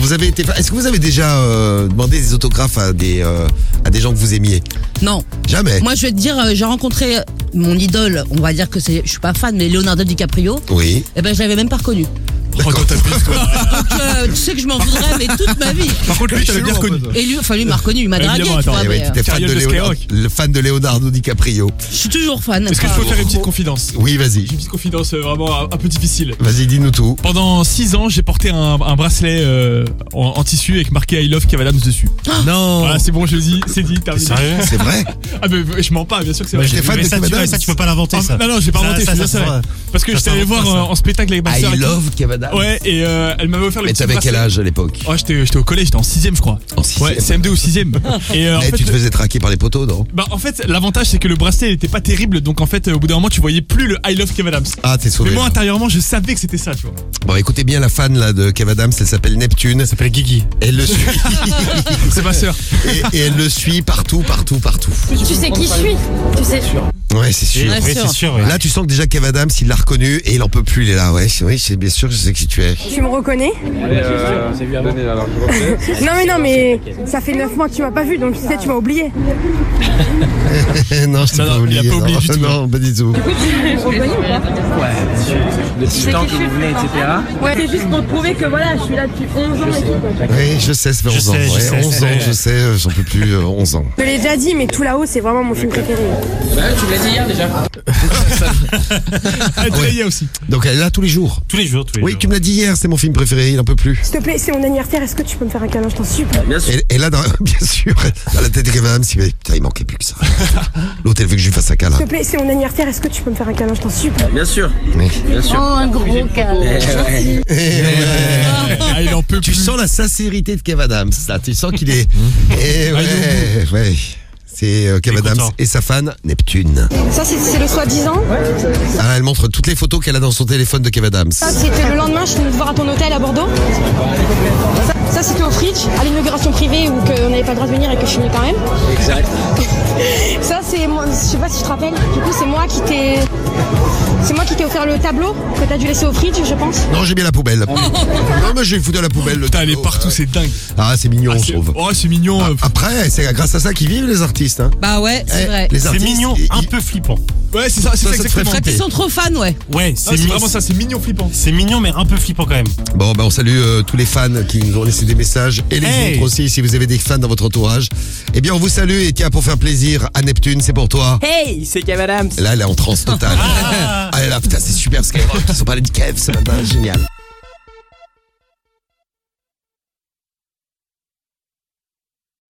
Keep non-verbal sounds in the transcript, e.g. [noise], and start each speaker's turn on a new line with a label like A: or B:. A: vous avez été. fa- Est-ce que vous avez déjà euh, demandé des autographes à des euh, à des gens que vous aimiez
B: Non.
A: Jamais.
B: Moi, je vais te dire, euh, j'ai rencontré mon idole, on va dire que c'est, je suis pas fan, mais Leonardo DiCaprio.
A: Oui.
B: Eh ben, je l'avais même pas reconnu.
C: Oh, toi, t'as pisse, toi.
B: Donc, euh, tu sais que je m'en voudrais, mais toute ma vie.
C: Par contre, lui, t'avais bien reconnu.
B: Et lui, enfin, lui m'a reconnu, il m'a dragué,
C: Évidemment,
B: tu vois,
C: attends,
A: Eh
B: mais,
A: ouais,
B: euh,
A: t'étais fan de
C: Carriole de
A: Léonard- le fan de Leonardo DiCaprio.
B: je suis toujours fan.
C: Est-ce que je
B: enfin,
C: peux faire une petite confidence
A: Oui, vas-y.
C: J'ai une petite confidence euh, vraiment un, un peu difficile.
A: Vas-y, dis-nous tout.
C: Pendant 6 ans, j'ai porté un, un bracelet euh, en, en tissu avec marqué I love Cavadams dessus.
D: Non.
C: Voilà, c'est bon, je le dis, Ah c'est dit, terminé.
D: Oh. Sérieux
A: C'est vrai
C: Ah, mais je mens pas, bien sûr que c'est
A: Bah,
C: vrai.
A: je l'ai fan
D: Mais
A: de
D: ça, tu,
A: Cavadams.
D: ça, tu peux pas l'inventer,
C: Ah,
D: ça.
C: non, non, j'ai pas
D: Ça,
C: inventé,
D: ça,
C: je suis
D: ça,
C: bien
D: ça.
C: sûr. Parce que
D: ça
C: j'étais allé voir
D: s'invente pas,
C: euh,
D: ça.
C: en spectacle avec ma
A: I
C: soeur.
A: love Cavada.
C: Ouais, et euh, elle m'avait offert le
A: Mais
C: petit
A: t'avais quel
C: bracelet.
A: âge à l'époque
C: Oh, j'étais j'étais au collège, j'étais en 6ème, je crois.
A: En sixième.
C: Ouais, CM2 ou
D: [laughs]
C: 6ème. Et euh, en
A: Eh,
C: fait,
A: tu te faisais traquer par les poteaux, non
C: bah, en fait l'avantage, c'est que le bracelet n'était pas terrible, donc en fait, au bout d'un moment, tu voyais plus le I love Cavadams.
A: Ah, t'es
C: Mais
A: sauvé.
C: moi,
A: là.
C: intérieurement, je savais que c'était
A: [laughs]
C: ça, tu vois.
A: Bon, écoutez bien la fan là de Cavadams, elle s'appelle Neptune.
D: Ça s'appelle Guigui.
A: Elle le suit
C: C'est ma sœur.
A: et, et elle le suit partout, partout, partout.
E: Tu sais qui je suis Tu sais.
A: Ouais, c'est sûr.
B: Bien
D: Oui,
B: sûr.
D: c'est sûr. ouais.
A: Là, tu sens que déjà Kev Adams, il l'a reconnu et il en peut plus. Il est là, ouais, c'est- oui, c'est bien sûr, je sais qui tu es. [laughs]
E: Tu me reconnais
F: Euh,
E: Non mais non mais ça fait 9 mois que tu m'as pas vu donc tu sais tu m'as
A: non,
E: oublié.
A: je t'ai
C: Non,
A: pas
C: non, il
A: oublié.
C: a pas oublié
A: non.
C: du tout.
D: hein.
A: Non, pas du tout.
F: depuis le temps que vous venez, etc.
E: Ouais. C'est juste pour te prouver que voilà, je suis là depuis 11 ans et tout.
A: Oui, je sais, ça fait
D: Je
A: 11 ans.
D: sais, je
A: ouais,
D: sais,
A: 11
D: c'est-
A: ans, je sais, euh, j'en peux plus, euh, 11 ans.
E: Je l'ai déjà dit mais tout là-haut c'est vraiment mon film préféré.
C: Elle te l'a dit aussi.
A: Donc elle est là tous les jours.
D: Tous les jours, tous les
A: Ah Oui,
D: jours.
A: tu me l'as dit hier, c'est mon film préféré, il en peut plus.
E: S'il te plaît, c'est mon anniversaire, est-ce que tu peux me faire un câlin, je t'en supplie
A: Et, et là, dans- [laughs] bien sûr, dans la tête de Kev Adams, il fait, putain, il manquait plus que
D: [laughs]
A: ça. L'autre, elle veut que je lui fasse un câlin.
E: S'il te plaît, c'est mon anniversaire, est-ce que tu peux me faire un câlin, je t'en supplie
F: Bien sûr.
A: Oui. Eh, ouais.
C: Ah, il en peut
A: Tu
C: plus.
A: sens la sincérité de Kev Adams, là. Tu sens qu'il est.
D: Mmh. Ah,
A: Eh, ouais, ouais. C'est euh, Kev
D: Il est
A: Adams
D: content.
A: et sa fan, Neptune.
E: Ça c'est le soi-disant
A: Ah, elle montre toutes les photos qu'elle a dans son téléphone de Kev Adams.
E: C'était le lendemain, je suis venue te voir à ton hôtel à Bordeaux. Ça, c'était au Fritz, à l'inauguration privée où que- on n'avait pas le droit de venir et que je suis venue quand même. Exact. [laughs] Ça, c'est moi, je sais pas si je te rappelle, du coup, c'est moi qui t'ai. C'est moi qui t'ai offert le tableau que t'as dû laisser au Fritz, je pense.
A: Non, j'ai mis la poubelle. non, mais je vais foutre à la poubelle. le Oh,
C: Putain, elle est
A: tableau.
C: partout, c'est dingue.
A: Ah, c'est mignon,
C: Ah,
A: je
C: c'est-
A: trouve.
C: oh, c'est mignon.
A: Ah,
C: euh,
A: Après, c'est grâce à ça qu'ils vivent les artistes. Hein.
B: Bah ouais, c'est
A: Eh,
B: vrai.
A: Les
D: C'est
A: artistes,
D: mignon,
A: ils-
D: un
A: ils-
D: peu flippant.
C: Ouais, c'est ça, c'est
A: Ça, ça te
C: ça exactement.
A: ferait
B: Quand ils sont trop fans, ouais.
D: Ouais,
C: Ah,
D: c'est
C: C'est
D: mi-
C: vraiment ça, c'est mignon flippant.
D: C'est mignon, mais un peu flippant quand même.
A: Bon, bah, on salue euh, tous les fans qui nous ont laissé des messages et les
D: Hey.
A: autres aussi, si vous avez des fans dans votre entourage. Eh bien, on vous salue et tiens, pour faire plaisir à Neptune, c'est pour toi.
F: Hey, c'est Cavadams.
A: Ah Là, elle est en transe totale. ah, là, putain, c'est super Skyrock. Ils sont parlé de Kev ce matin, génial.